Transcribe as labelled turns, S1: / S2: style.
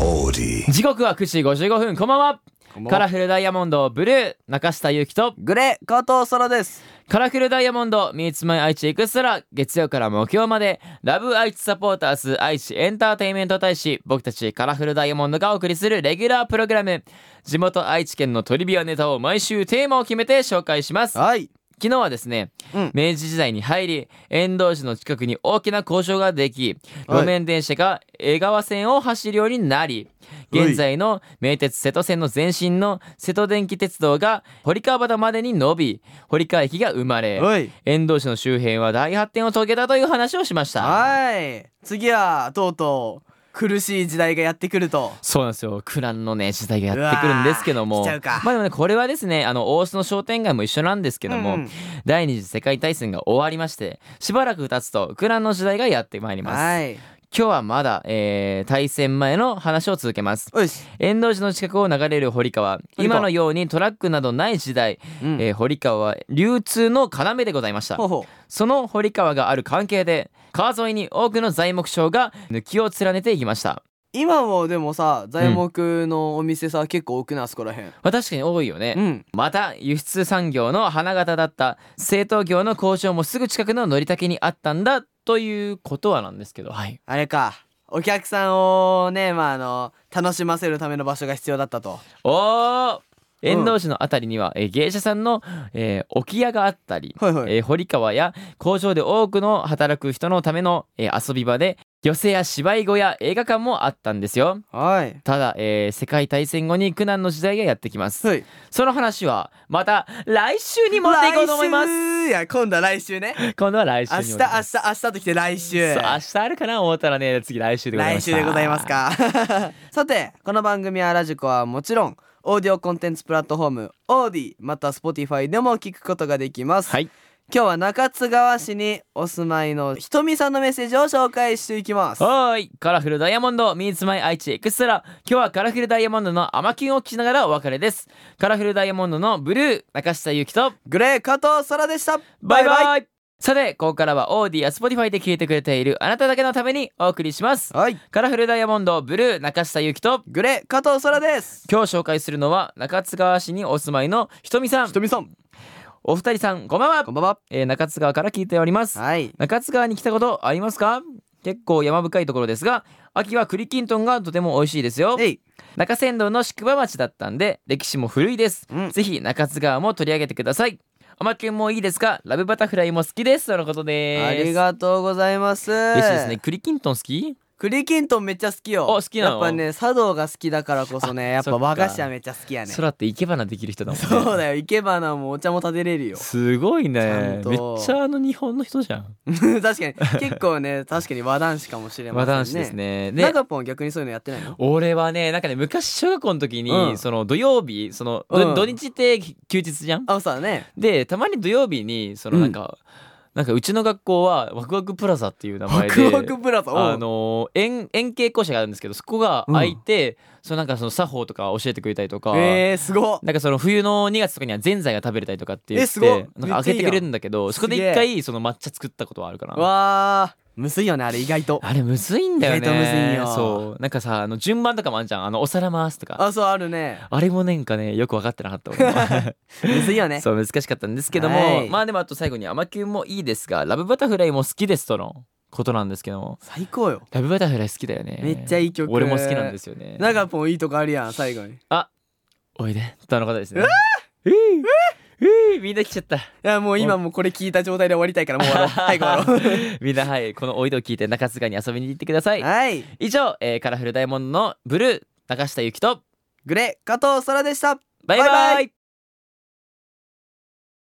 S1: オーディ
S2: 時刻は9時55分こんばんはカラフルダイヤモンドブルー中下ゆうきと
S3: グレー加藤空です
S2: カラフルダイヤモンド Meets My 愛知エクストラ月曜から木曜までラブ愛知サポーターズ愛知エンターテインメント大使僕たちカラフルダイヤモンドがお送りするレギュラープログラム地元愛知県のトリビアネタを毎週テーマを決めて紹介します
S3: はい
S2: 昨日はですね、
S3: うん
S2: 明治時代に入り遠藤寺の近くに大きな工場ができ
S3: はい
S2: 路面電車が江川線を走るようになり現在の名鉄瀬戸線の前身の瀬戸電気鉄道が堀川端までに伸び堀川駅が生まれ
S3: はい
S2: 遠藤市の周辺は大発展を遂げたという話をしました
S3: はい次はとうとう苦しい時代がやってくると
S2: そうなんですよ苦難のね時代がやってくるんですけど
S3: う
S2: も
S3: わー来ちゃうか
S2: まあでもねこれはですねあの大須の商店街も一緒なんですけども、
S3: うん
S2: 第二次世界大戦が終わりましてしばらく経つと苦難の時代がやってまいります、
S3: はい
S2: 今日はまだ、えー、対戦前の話を続けます
S3: よし、
S2: 遠藤寺の近くを流れる堀川
S3: 川
S2: 今のようにトラックなどない時代、
S3: うん
S2: えー堀川は流通の要でございました
S3: ほうほ
S2: その堀川がある関係で川沿いに多くの材木商が抜きを連ねていきまし
S3: う
S2: た
S3: 今もでもさ材木のお店さ、結構多くないあそこらへん
S2: まあ確かに多いよね、
S3: うん
S2: また輸出産業の花形だった製陶業の交渉もすぐ近くの乗竹にあったんだということはなんですけどはい
S3: あれかお客さんをねまああの楽しませるための場所が必要だったと
S2: おー
S3: ん
S2: 遠藤市のあたりには、えー芸者さんの、えー置屋があったり、
S3: はいはい
S2: えー堀川や工場で多くの働く人のための、えー遊び場で寄席や芝居小や映画館もあったんですよ
S3: はい
S2: ただ、えー世界大戦後に苦難の時代がやってきます
S3: はい
S2: その話はまた来週に持っていこうと思います
S3: すいや今度は来週ね
S2: 今度は来週
S3: 明
S2: に
S3: 日
S2: 持
S3: 明
S2: っ
S3: 日
S2: ていき
S3: 明
S2: ます
S3: 日ときて来週
S2: そう明日あるかな思ったらね次来週でございま
S3: 来
S2: す
S3: 週でございますか さてこの番組はラジコはもちろんオーディオコンテンツプラットフォームオーディまた Spotify でも聞くことができます、
S2: はい
S3: 今日は中津川市にお住まいのひとみさんのメッセージを紹介していきます
S2: おーいカラフルダイヤモンド Meets My 愛知エクストラ今日はカラフルダイヤモンドのアマキュンを聞きながらお別れですカラフルダイヤモンドのブルー中下ゆきと
S3: グレー加藤空でした
S2: バイバイさてここからはオーディや Spotify で聞いてくれているあなただけのためにお送りします
S3: はい
S2: カラフルダイヤモンドブルー中下ゆきと
S3: グレー加藤空です
S2: 今日紹介するのは中津川市にお住まいのひとみさん
S3: ひとみさん
S2: お二人さんこんばんは
S3: こんばんは
S2: えー中津川から聞いております
S3: はい
S2: 中津川に来たことありますか結構山深いところですが秋は栗きんとんがとても美味しいですよ
S3: えい
S2: 中山道の宿場町だったんで歴史も古いです、
S3: うん
S2: ぜひ中津川も取り上げてくださいアマキュンもいいですかラブバタフライも好きですとのことです
S3: ありがとうございます
S2: 嬉しいですね栗きんとん好き
S3: 栗きんとんめっちゃ好きよ
S2: お好きなの
S3: やっぱね茶道が好きだからこそねやっ
S2: そ
S3: ぱ
S2: っか
S3: 和菓子はめっちゃ好きやね
S2: 空って生け花できる人だもんね
S3: そうだよ生け花もお茶も立てれるよ
S2: すごい
S3: ち
S2: ね
S3: ゃんと
S2: めっちゃあの日本の人じゃん
S3: 確かに結構ね確かに和男子かもしれませんね
S2: 和男子ですねで
S3: 中ポン逆にそういうのやってないの
S2: 俺はねなんかね昔小学校の時に、
S3: うん
S2: その土曜日その、
S3: う
S2: ど
S3: ん
S2: 土日って休日じゃん
S3: あそうだね
S2: でたまに土曜日にその
S3: うん
S2: なんか、なんかうちの学校はワクワクプラザっていう名
S3: ワ
S2: 前
S3: ク
S2: で
S3: ワクプラザおう
S2: あの円円形校舎があるんですけどそこが空いて、そのなんかその作法とか教えてくれたりとか、
S3: えー、すごっ
S2: なんかその冬の2月とかにはぜんざいが食べれたりとかって言
S3: え
S2: っ
S3: すごい
S2: てなんか開けてくれるんだけどそこで一
S3: すげ
S2: 回その抹茶作ったことはあるかな。
S3: わーむずいよねあれ意外と
S2: あれむずいんだよね。
S3: 意外とむずいよ
S2: そうなんかさあの順番とかもあるじゃんあのお皿回すとか。
S3: あそうあるね
S2: あれもなんかねよく分かってなかった俺も
S3: むずい よね
S2: そう難しかったんですけども、
S3: はい
S2: まあでもあと最後に「アマキュンもいいですがラブバタフライも好きです」とのことなんですけども
S3: 最高よ
S2: ラブバタフライ好きだよね
S3: めっちゃいい曲
S2: 俺も好きなんですよね
S3: 中ポンいいとこあるやん最後にい
S2: おいでとのことですねうううみんな来ちゃった
S3: やもう今もうこれ聞いた状態で終わりたいからもう終わ ろう最後終わろ
S2: みんなはいこのおいでを聞いて中津川に遊びに行ってくださ
S3: う
S2: い
S3: はい
S2: 以上、えーカラフルダイヤモンドのブルー中下ゆきと
S3: グレ加藤空でした
S2: バイバイ
S3: バイバイ